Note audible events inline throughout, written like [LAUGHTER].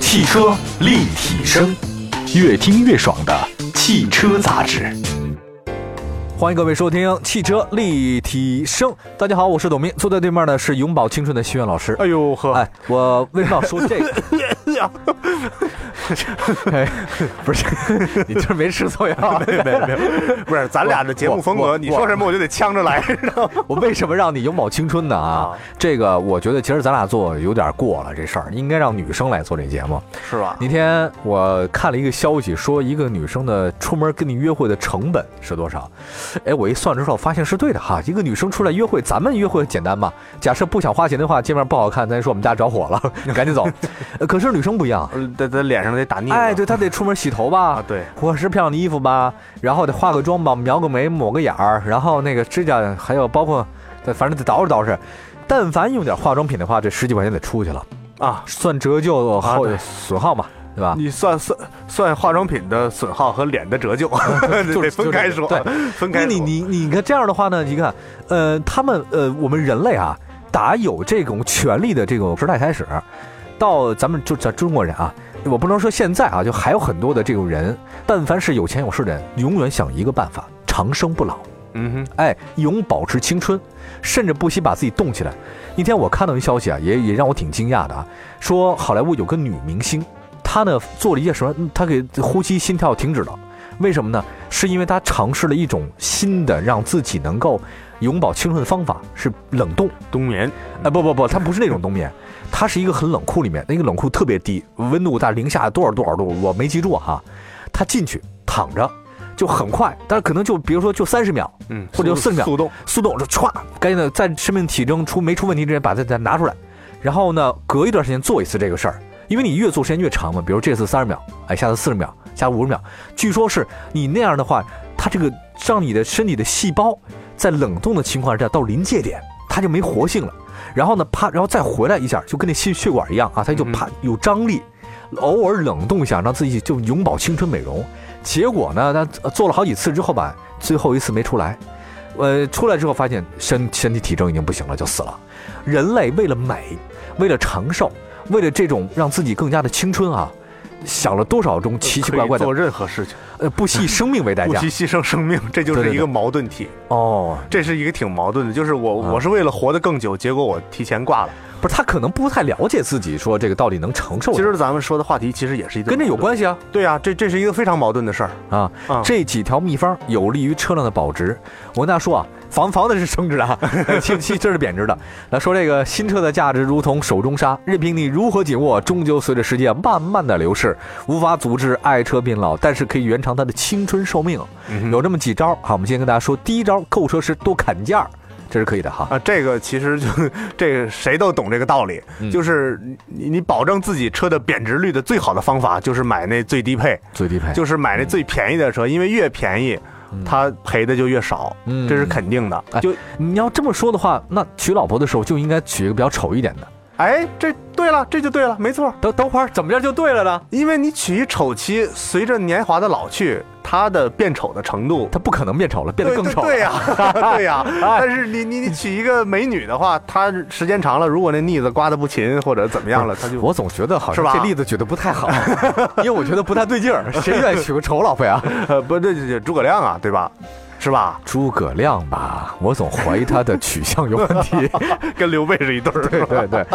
汽车立体声，越听越爽的汽车杂志。欢迎各位收听《汽车立体声》，大家好，我是董明，坐在对面呢是永葆青春的徐远老师。哎呦呵， [LAUGHS] 哎，我为什么要说 [LAUGHS] 这个？哎、不是，你这没吃 [LAUGHS] 错药。没没没，不是，咱俩这节目风我格，我你说什么我就得呛着来， [LAUGHS] 知道吗？我为什么让你永葆青春呢？啊啊，这个我觉得其实咱俩做有点过了，这事儿应该让女生来做这节目。是吧？那天我看了一个消息，说一个女生的出门跟你约会的成本是多少？哎，我一算之后发现是对的哈。一个女生出来约会，咱们约会简单嘛，假设不想花钱的话，见面不好看，咱说我们家着火了， [LAUGHS] 赶紧走。呃可是女生不一样，呃在在脸上得打腻子。哎，对她得出门洗头吧啊，，对，或是漂亮的衣服吧，然后得化个妆吧，描个眉，抹个眼儿，然后那个指甲，还有包括，对反正得捯饬捯饬。但凡用点化妆品的话，这十几块钱得出去了，啊，算折旧啊后对损耗嘛，对吧？你算算算化妆品的损耗和脸的折旧，啊 [LAUGHS] 就是得分开说就这，分那开说。你你你看这样的话呢，你看，呃，他们呃，我们人类啊，打有这种权利的这种时代开始，到咱们就咱中国人啊，我不能说现在啊，就还有很多的这种人，但凡是有钱有势的人，永远想一个办法，长生不老。嗯哼，哎，永保持青春，甚至不惜把自己冻起来。那天我看到一消息啊，也也让我挺惊讶的啊，说好莱坞有个女明星，她呢做了一件什么？嗯她给呼吸心跳停止了，为什么呢？是因为她尝试了一种新的让自己能够永葆青春的方法，是冷冻。冬眠哎，不不不，它不是那种冬眠，它是一个很冷库里面，那个冷库特别低，温度大概零下多少多少度，我没记住啊哈、他进去躺着。就很快，但是可能就比如说就三十秒，嗯或者就四十秒速冻，速冻就歘，赶紧的在生命体征出没出问题之前把它再拿出来，然后呢，隔一段时间做一次这个事儿，因为你越做时间越长嘛，比如这次三十秒，哎，下次四十秒，下次五十秒，据说是你那样的话，它这个让你的身体的细胞在冷冻的情况下到临界点，它就没活性了，然后呢，啪，然后再回来一下，就跟那心血管一样啊，它就啪嗯有张力。偶尔冷冻一下，让自己就永葆青春美容。结果呢，他做了好几次之后吧，最后一次没出来，呃，出来之后发现身身体体征已经不行了，就死了。人类为了美，为了长寿，为了这种让自己更加的青春啊，想了多少种奇奇怪怪可以的做，任何事情，呃，不惜以生命为代 [LAUGHS] 不价惜。牺牲生命，这就对对是对一个矛盾体。哦，这是一个挺矛盾的，就是我啊我是为了活得更久，结果我提前挂了。不是，他可能不太了解自己，说这个到底能承受。今儿咱们说的话题其实也是一个跟这有矛盾关系啊对啊，这这是一个非常矛盾的事儿。啊！啊这几条秘方有利于车辆的保值。我跟大家说啊，房房子是升值的啊， [LAUGHS] 汽汽车是贬值的。那说这个新车的价值如同手中沙，任凭你如何紧握，终究随着时间慢慢的流逝，无法阻止爱车变老，但是可以延长它的青春寿命。有这么几招好，我们今天跟大家说，第一招购车时多砍价，这是可以的哈。啊，这个其实就这个谁都懂这个道理，嗯就是你你保证自己车的贬值率的最好的方法就是买那最低配，最低配就是买那最嗯便宜的车，因为越便宜，它赔的就越少，嗯这是肯定的。哎就你要这么说的话，那娶老婆的时候就应该娶一个比较丑一点的。哎，这对了，这就对了，没错，等等会儿怎么着就对了呢？因为你娶一丑妻，随着年华的老去，它的变丑的程度他不可能变丑了，变得更丑了。哎对对对呀、对 [LAUGHS] 呀、 [LAUGHS] 但是你你你娶一个美女的话，她时间长了，如果那腻子刮的不勤或者怎么样了，她就我总觉得好像是吧这例子举得不太 [LAUGHS] 好，因为我觉得不太对劲儿。谁愿意娶个丑老婆呀？呃 [LAUGHS] 不对对对诸葛亮啊，对吧？是吧？诸葛亮吧，我总怀疑他的取向有问 [LAUGHS] 题。跟刘备是一对儿。对对对，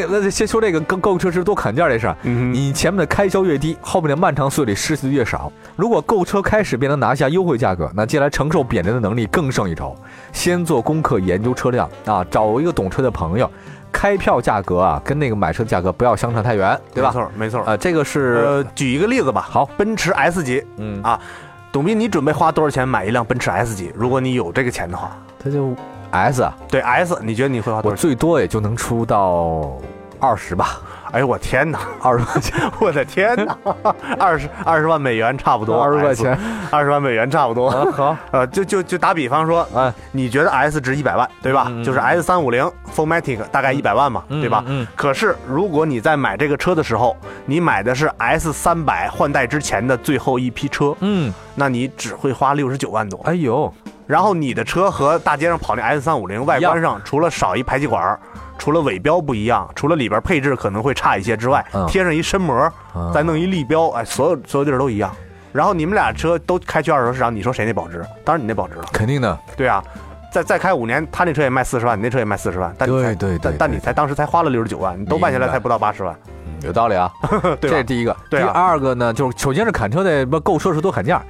那个那先说这个购购物车时多砍价这事儿，嗯哼你前面的开销越低，后面的漫长岁月里失去的越少。如果购车开始便能拿下优惠价格，那接下来承受贬值的能力更胜一筹。先做功课，研究车辆啊，找一个懂车的朋友，开票价格啊跟那个买车价格不要相差太远，对吧没？错没错。啊，这个是呃，举一个例子吧，好，奔驰 S 级，嗯啊，董斌，你准备花多少钱买一辆奔驰 S 级？如果你有这个钱的话，它就 S 啊，对 S，你觉得你会花多我少钱？最多也就能出到二十吧， [LAUGHS] 哎呦我天哪，二十块钱，我的天哪，二十二十万美元差不多， 20块钱，二十万美元差不多。啊好， [LAUGHS] 呃，就就就打比方说，哎，你觉得 S 值一百万，对吧？嗯嗯就是 S 三五零 f o r m a t i c 大概一百万嘛，嗯对吧？嗯嗯可是如果你在买这个车的时候，你买的是 S 三百换代之前的最后一批车，嗯，那你只会花六十九万多。哎呦，然后你的车和大街上跑那 S 三五零外观上除了少一排气管儿，除了尾标不一样，除了里边配置可能会差一些之外，嗯贴上一身膜，嗯再弄一立标，哎，所有所有地儿都一样。然后你们俩车都开去二手市场，你说谁那保值？当然你那保值了，肯定的，对啊。再再开五年，他那车也卖四十万，你那车也卖四十万，但你对才对对但对但你才当时才花了六十九万，你都办下明来白才不到八十万，有道理啊。对这是吧？第一个。对啊第二个呢，就是首先是砍车的不购车时多砍价，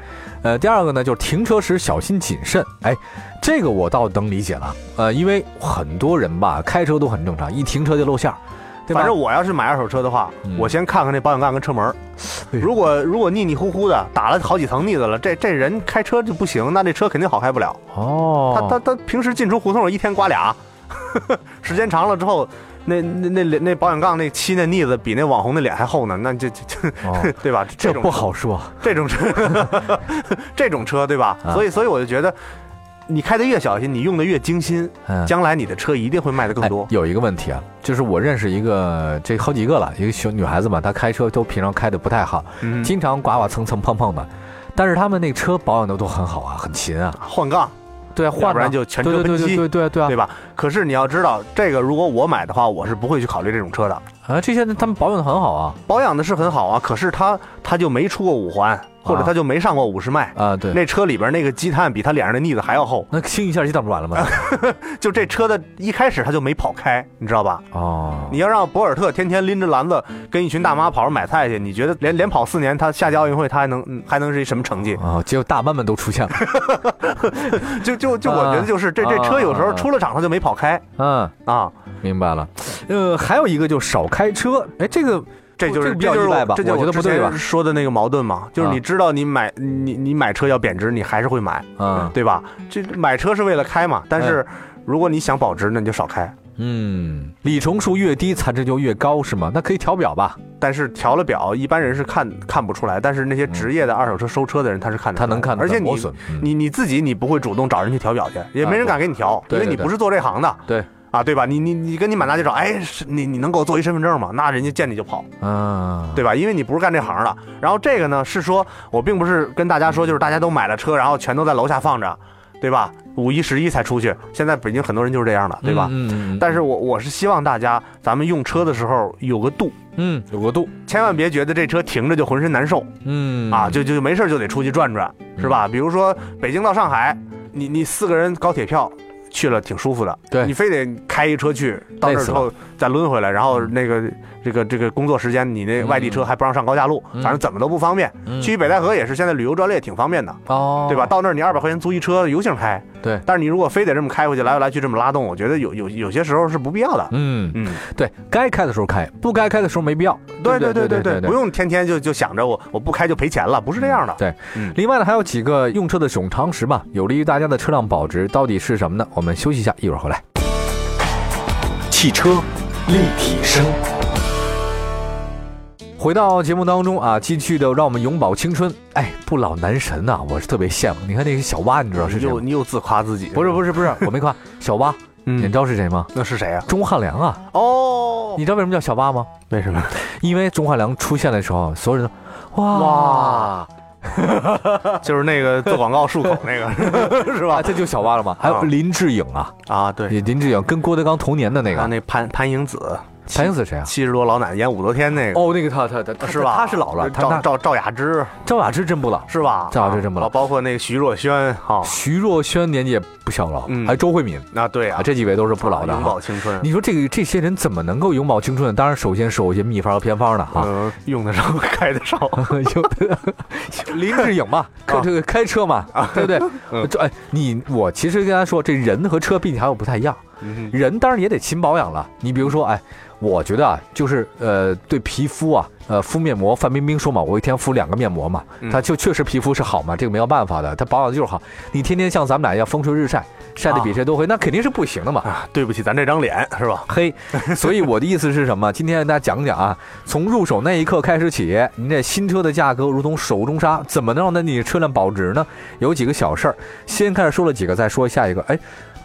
呃，第二个呢就是停车时小心谨慎。哎，这个我倒能理解了，呃，因为很多人吧开车都很正常，一停车就露馅儿，对吧？反正我要是买二手车的话，嗯我先看看那保险杠跟车门儿。哎呦如果如果腻腻乎乎的，打了好几层腻子了，这这人开车就不行，那这车肯定好开不了。他哦，他他平时进出胡同一天刮俩， [LAUGHS] 时间长了之后，那那那脸那保险杠那漆那腻子比那网红的脸还厚呢，那这这这哦对吧？ [LAUGHS] 这种不好说。 [LAUGHS] 这种车， [LAUGHS] 这种车对吧？啊所以所以我就觉得，你开的越小心，你用的越精心，嗯，将来你的车一定会卖的更多哎。有一个问题啊，就是我认识一个这好几个了，一个小女孩子嘛，她开车都平常开的不太好，嗯，经常刮刮蹭蹭碰碰的，但是他们那车保养的都很好啊，很勤啊。换杠对啊，要换不然了就全对车对喷对对漆。对对对啊对吧？可是你要知道，这个如果我买的话，我是不会去考虑这种车的。啊，这些人他们保养的很好啊保养的是很好啊，可是它它就没出过五环，或者啊它就没上过五十迈，啊，对，那车里边那个积碳比他脸上的腻子还要厚，那清一下鸡蛋不完了 [LAUGHS] 吗？就这车的一开始他就没跑开，你知道吧？哦，你要让博尔特天天拎着篮子跟一群大妈跑着买菜去，你觉得连连跑四年，他下届奥运会他还能嗯还能是一什么成绩？哦，结果大妈们都出现了，就就就我觉得就是这这车有时候出了场他就没跑开嗯，啊，明白了。呃，还有一个就少开车，哎，这个这就是这个比较这就是意外吧这就我是觉得不之前对吧说的那个矛盾嘛，就是啊你知道你买你你买车要贬值，你还是会买，啊，对吧？这买车是为了开嘛，但是如果你想保值，那你就少开。嗯，里程数越低，残值就越高是吗？那可以调表吧？但是调了表，一般人是看看不出来，但是那些职业的二手车收车的人，他是看得嗯出他来能看得而出来且你磨损。嗯你你自己你不会主动找人去调表去，也没人敢给你调，对对因为你对不是做这行的，对啊，对吧？你你你跟你满大街找，哎，是你你能给我做一身份证吗？那人家见你就跑，啊，对吧？因为你不是干这行的。然后这个呢，是说我并不是跟大家说，就是大家都买了车，然后全都在楼下放着，对吧？五一、十一才出去，现在北京很多人就是这样的，对吧？嗯嗯嗯但是我我是希望大家咱们用车的时候有个度，嗯，有个度，千万别觉得这车停着就浑身难受。嗯啊，就就没事儿就得出去转转，是吧？比如说北京到上海，你你四个人高铁票去了挺舒服的，对你非得开一车去，到那累儿死嗯之后再抡回来，然后那个这个这个工作时间，你那外地车还不让上高架路，嗯反正怎么都不方便。嗯去北戴河也是，现在旅游专列挺方便的，哦，对吧？？到那儿你二百块钱租一车，油性开。对但是你如果非得这么开回去，来回来去这么拉动，我觉得有有有些时候是不必要的。嗯，嗯，对该开的时候开，不该开的时候没必要。对对对对对，不用天天就就想着我我不开就赔钱了，不是这样的。对，嗯另外呢，还有几个用车的冗常识吧，有利于大家的车辆保值，到底是什么呢？我们休息一下，一会儿回来。汽车立体声，回到节目当中啊，继续的让我们永葆青春。哎，不老男神呐、我是特别羡慕。你看那个小蛙，你知道是谁又吗？你又自夸自己，不是不是不 [LAUGHS] 是，我没夸小蛙，你哎嗯知，道是谁吗？那是谁啊？钟汉良啊，哦你，知道为什么叫小蛙吗？为什么？因为钟汉良出现的时候，所有人都哇哇， [LAUGHS] 就是那个做广告漱口那个是啊，吧？这就小蛙了嘛。还有啊林志颖啊，啊，对，林志颖跟郭德纲同年的啊那那个，那潘潘迎紫，烦死谁啊？七十多老奶奶演武则天那个，哦，那个他他他是吧？他是老了，他哦赵他赵赵雅芝赵雅芝真不老，是吧？赵雅芝真不老啊包括那个徐若瑄哈，徐若瑄年纪也不小了，嗯还有周慧敏那对啊，啊，这几位都是不老的永哈。葆青春。你说这个这些人怎么能够永葆青春呢？当然，首先是有一些秘方和偏方的哈。嗯，用得上， [LAUGHS] 开得上， [LAUGHS] 有 [LAUGHS] 的林志颖嘛，开这个开车嘛，对不对？嗯这哎，你我其实跟大家说，这人和车毕竟还有不太一样。嗯人当然也得勤保养了。你比如说，哎，我觉得啊，就是呃，对皮肤啊，呃，敷面膜，范冰冰说嘛，我一天敷两个面膜嘛，嗯她就确实皮肤是好嘛，这个没有办法的，她保养的就是好。你天天像咱们俩一样风吹日晒，晒得比谁都黑，那肯定是不行的嘛。啊，对不起，咱这张脸是吧？嘿，所以我的意思是什么？ [LAUGHS] 今天跟大家讲讲啊，从入手那一刻开始起，您这新车的价格如同手中沙，怎么能让那你车辆保值呢？有几个小事儿，先开始说了几个，再说下一个。哎，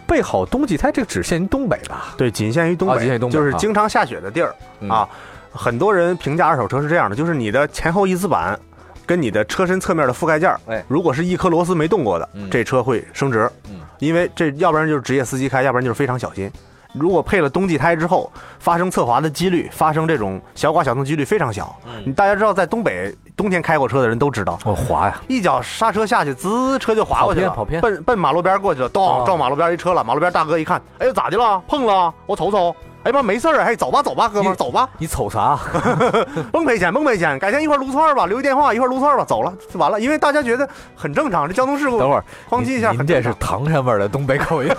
备好冬季胎，这个只限于东北了。对，仅限于东啊北，仅限于东北就是啊经常下雪的地儿嗯啊。很多人评价二手车是这样的，就是你的前后翼子板跟你的车身侧面的覆盖件儿，哎如果是一颗螺丝没动过的，嗯这车会升值，嗯因为这要不然就是职业司机开，要不然就是非常小心。如果配了冬季胎之后，发生侧滑的几率，发生这种小剐小蹭几率非常小。嗯你大家知道，在东北冬天开过车的人都知道，我滑呀，一脚刹车下去，滋，车就滑过去了，跑偏跑偏奔奔马路边过去了，哦咚，撞马路边一车了。马路边大哥一看，哎呦，咋的了？碰了？我瞅瞅。哎妈，没事儿，哎，走吧，走吧，哥们儿，你走吧，你瞅啥？甭赔钱，甭赔钱，改天一块儿撸串儿吧，留一电话，一块儿撸串儿吧，走了，就完了，因为大家觉得很正常，这交通事 [LAUGHS] 故等会儿哐叽一下您很您这正是常。唐山味儿的东北 [LAUGHS] 口音，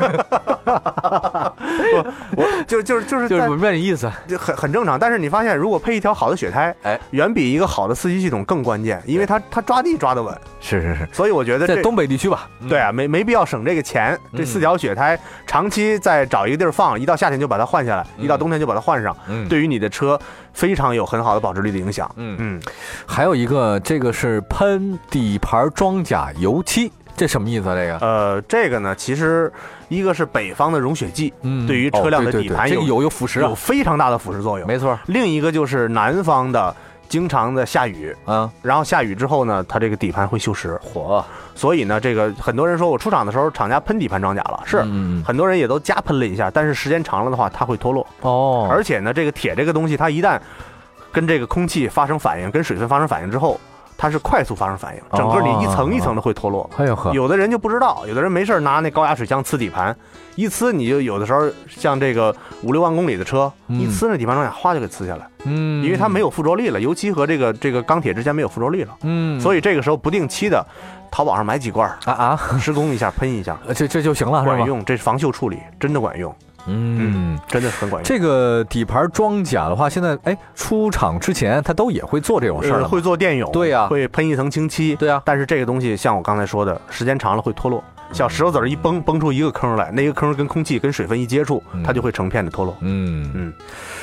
我就就是就是就是在我明白你意思。就很很正常。但是你发现，如果配一条好的雪胎，哎，远比一个好的司机系统更关键，因为它它抓地抓得稳。是是是，所以我觉得在这东嗯北地区吧，嗯对啊，没没必要省这个钱。这四条雪胎长期再找一个地儿放，一到夏天就把它换下来，嗯一到冬天就把它换上，嗯，对于你的车非常有很好的保值率的影响。嗯嗯，还有一个，这个是喷底盘装甲油漆，这什么意思啊？这个，呃，这个呢，其实一个是北方的融雪剂嗯对于车辆的底盘哦对对对这个有有有腐蚀有啊，非常大的腐蚀作用，没错，另一个就是南方的经常的下雨，啊，然后下雨之后呢，它这个底盘会锈蚀，火所以呢，这个很多人说我出厂的时候厂家喷底盘装甲了，是。嗯嗯很多人也都加喷了一下，但是时间长了的话，它会脱落。哦，而且呢，这个铁这个东西，它一旦跟这个空气发生反应，跟水分发生反应之后，它是快速发生反应，整哦个你一层一层的会脱落。哎呦呵，有的人就不知道，有的人没事儿拿那高压水枪呲底盘，一呲你就有的时候像这个五六万公里的车，嗯一呲那底盘装甲哗就给呲下来，嗯，因为它没有，有附着力了，油漆和这个这个钢铁之间没有附着力了，嗯，所以以这个时候不定期的淘宝上买几罐儿，啊啊，施工一下 [LAUGHS] 喷一下，这这就行了啊是管吧？用，这是防锈处理，真的管用，嗯。真的很管用。这个底盘装甲的话，现在哎，出厂之前它都也会做这种事儿呃了吗，会做电泳，对呀会喷一层清漆，对啊，但是这个东西像我刚才说的，时间长了会脱落，小石头子儿一崩，崩出一个坑来，那个坑跟空气跟水分一接触嗯，它就会成片的脱落。嗯嗯，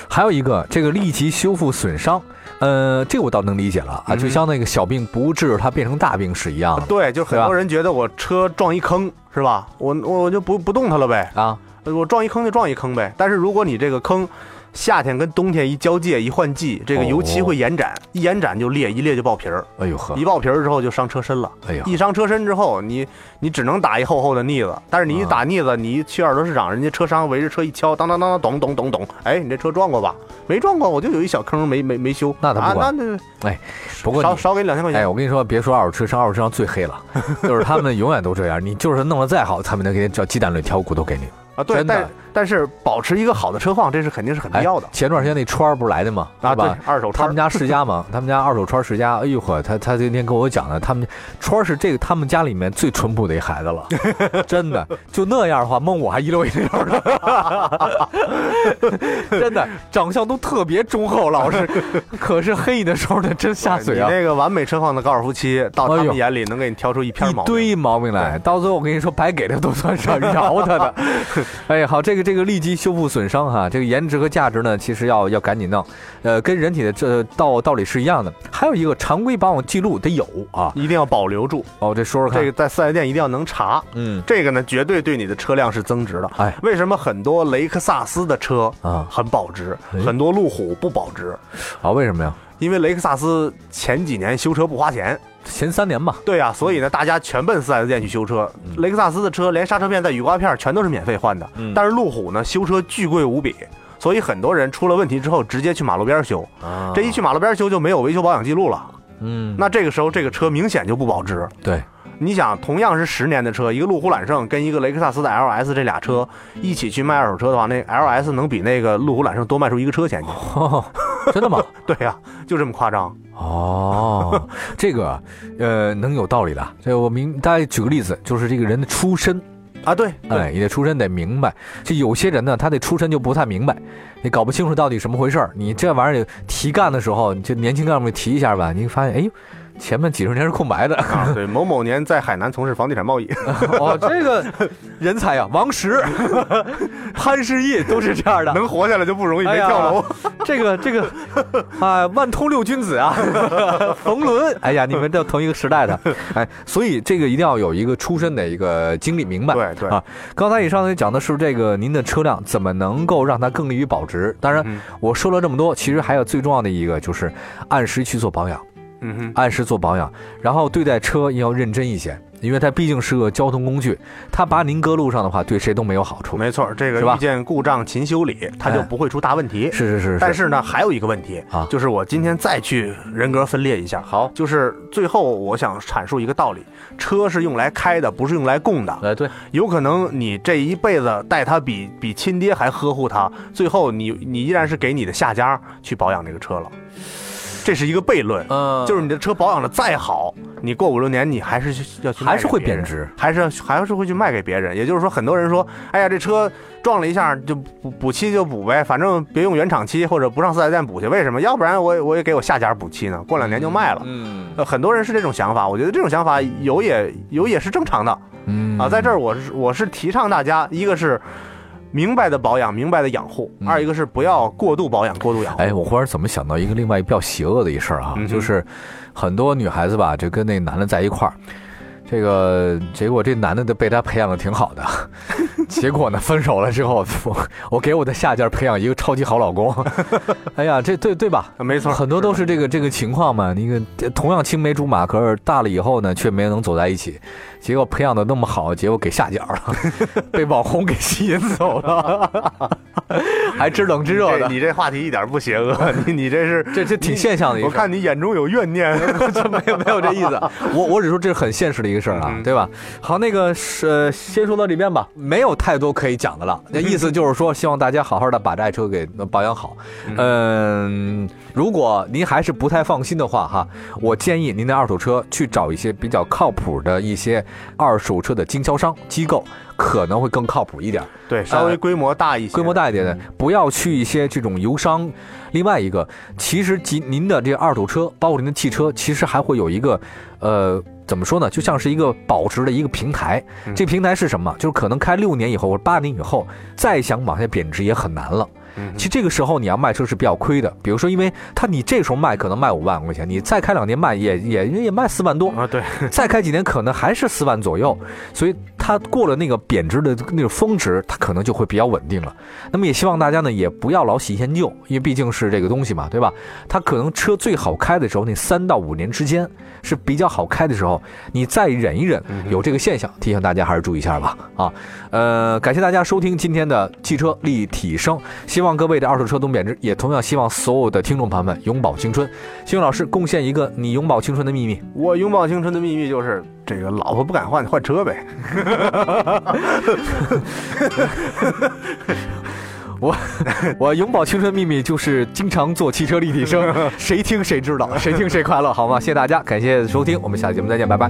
还有一个这个立即修复损伤，呃，这个我倒能理解了啊，嗯就像那个小病不治它变成大病是一样的啊对，就是很对吧多人觉得我车撞一坑是吧？我我我就不不动它了呗，啊，呃我撞一坑就撞一坑呗。但是如果你这个坑夏天跟冬天一交界一换季，这个油漆哦会延展，一延展就裂，一裂就爆皮儿，哎呦呵一，爆皮儿之后就伤车身了。哎呀，一伤车身之后，你你只能打一厚厚的腻子，但是啊你一打腻子，你一去二手市场，人家车商围着车一敲，当当当当，咚咚咚咚，哎，你这车撞过吧？没撞过，我就有一小坑没没没修，那他不啊，那管那哎，不过少你少给你两千块哎，钱，我跟你说，别说二手车商，二手车商最黑 [LAUGHS] 了，就是他们永远都这样。你就是弄得再好，他们能给你找鸡蛋里挑骨头给你。啊，对，真的但但是保持一个好的车况，这是肯定是很必哎要的、，前段时间那川儿不是来的吗？哎啊，是对吧？，二手他车们。家世家嘛，他们家二手川儿世家，哎呦呵，他他今天跟我讲的，他们川儿是这个他们家里面最淳朴的一孩子了， [LAUGHS] 真的，就那样的话，蒙我还一溜一溜的， [LAUGHS] 真的，长相都特别忠厚老实，可是黑你的时候那真下嘴啊哎你，那个完美车况的高尔夫七，到他哎呦们眼里能给你挑出一片一毛病。堆毛病来，到最后我跟你说，白给的都算上饶他 [LAUGHS] 的。哎，好，这个这个立即修复损伤哈，这个颜值和价值呢，其实要要赶紧弄，呃，跟人体的这道道理是一样的。还有一个常规保养记录得有啊，一定要保留住，哦，这说说看，嗯这个在四 S 店一定要能查。嗯这个呢，绝对对你的车辆是增值的。哎，为什么很多雷克萨斯的车啊很保值，哎很多路虎不保值？啊，为什么呀？因为雷克萨斯前几年修车不花钱，前三年吧，对呀、嗯所以呢，大家全奔 4S 店去修车。雷克萨斯的车连刹车片带雨刮片全都是免费换的，嗯但是路虎呢，修车巨贵无比，所以很多人出了问题之后直接去马路边修，啊这一去马路边修就没有维修保养记录了，嗯，那这个时候这个车明显就不保值。对，你想，同样是十年的车，一个路虎揽胜跟一个雷克萨斯的 LS 这俩车嗯一起去卖二手车的话，那 LS 能比那个路虎揽胜多卖出一个车钱去？ [LAUGHS] 哦真 [LAUGHS] 的吗？对呀、就这么夸张。哦，这个呃，能有道理的。这我明，大家举个例子，就是这个人的出身，啊，对，对，哎，你得出身得明白。这有些人呢，他得出身就不太明白，你搞不清楚到底什么回事儿。你这玩意儿提干的时候，你就年轻干部提一下吧，你发现哎呦，前面几十年是空白的。啊， [LAUGHS] 对，某某年在海南从事房地产贸易，哦，这个 [LAUGHS] 人才呀、王石、 [LAUGHS] 潘石屹都是这样的。 [LAUGHS] 能活下来就不容易，哎没呀跳楼。这个这个啊，万通六君子啊， [LAUGHS] 冯仑，哎呀，你们都同一个时代的，哎，所以这个一定要有一个出身的一个经历明白。 [LAUGHS] 对对啊，刚才以上呢讲的是这个您的车辆怎么能够让它更利于保值。当然，嗯我说了这么多，其实还有最重要的一个就是按时去做保养，嗯哼，啊按时做保养，然后对待车也要认真一些。因为它毕竟是个交通工具，它拔宁哥路上的话，对谁都没有好处。没错，这个是吧遇见故障勤修理，它就哎不会出大问题。是是是是，但是呢，还有一个问题啊就是我今天再去人格分裂一下，好，就是最后我想阐述一个道理：车是用来开的，不是用来供的。哎对，有可能你这一辈子待他比比亲爹还呵护他，最后你你依然是给你的下家去保养这个车了，这是一个悖论。呃就是你的车保养的再好，你过五六年你还是去要去卖还是给会别人贬值，还是还是会去卖给别人。也就是说，很多人说，哎呀，这车撞了一下就补补漆就补呗，反正别用原厂漆或者不上四 S 店补去，为什么？要不然我也我也给我下家补漆呢，过两年就卖了。嗯呃，很多人是这种想法，我觉得这种想法有也有也是正常的。嗯啊，在这儿我是我是提倡大家，一个是明白的保养，明白的养护；嗯二一个是不要过度保养，过度养护。哎，我忽然怎么想到一个另外比较邪恶的一事儿啊，嗯哼就是很多女孩子吧，就跟那男的在一块儿，这个结果这男的就被她培养的挺好的， [LAUGHS] 结果呢分手了之后，我我给我的下家培养一个超级好老 [LAUGHS] 公，哎呀，这对对吧？没错，很多都是这个这个情况嘛，那个同样青梅竹马，可是大了以后呢，却没能走在一起，结果培养的那么好，结果给下脚了， [LAUGHS] 被网红给吸引走了， [LAUGHS] 还知冷知热这的，你这话题一点不邪恶，你你 [LAUGHS] 这是这这挺现象的一我个事儿。看你眼中有怨念。 [LAUGHS] 这没有 [LAUGHS] 没有这意思，我我只说这是很现实的一个事儿啊嗯，对吧？好，那个是、呃先说到这边吧，没有太多可以讲的了。那意 [LAUGHS] 思就是说，希望大家好好的把这爱车给呃保养好。嗯，如果您还是不太放心的话哈，我建议您的二手车去找一些比较靠谱的一些二手车的经销商机构，可能会更靠谱一点。对，稍微呃规模大一些，规模大一点的嗯，不要去一些这种油商。另外一个，其实及您的这二手车，包括您的汽车，其实还会有一个，呃，怎么说呢？就像是一个保值的一个平台。嗯这平台是什么？就是可能开六年以后或者八年以后，再想往下贬值也很难了。嗯其实这个时候你要卖车是比较亏的。比如说，因为他你这时候卖可能卖五万块钱，你再开两年卖也也也卖四万多，啊，对， [LAUGHS] 再开几年可能还是四万左右，所以它过了那个贬值的那种峰值，它可能就会比较稳定了。那么也希望大家呢也不要老喜新厌旧，因为毕竟是这个东西嘛，对吧？它可能车最好开的时候那三到五年之间是比较好开的时候，你再忍一忍，嗯哼有这个现象，提醒大家还是注意一下吧。啊，呃，感谢大家收听今天的汽车立体声，希望各位的二手车都贬值，也同样希望所有的听众朋友们永葆青春。星宇老师贡献一个你永葆青春的秘密。我拥抱青春的秘密就是这个老婆不敢换，换车呗。 [LAUGHS] [LAUGHS] 我永葆青春秘密就是经常做汽车立体声，谁听谁知道，谁听谁快乐，好吗？谢谢大家，感谢收听，我们下期节目再见，拜拜。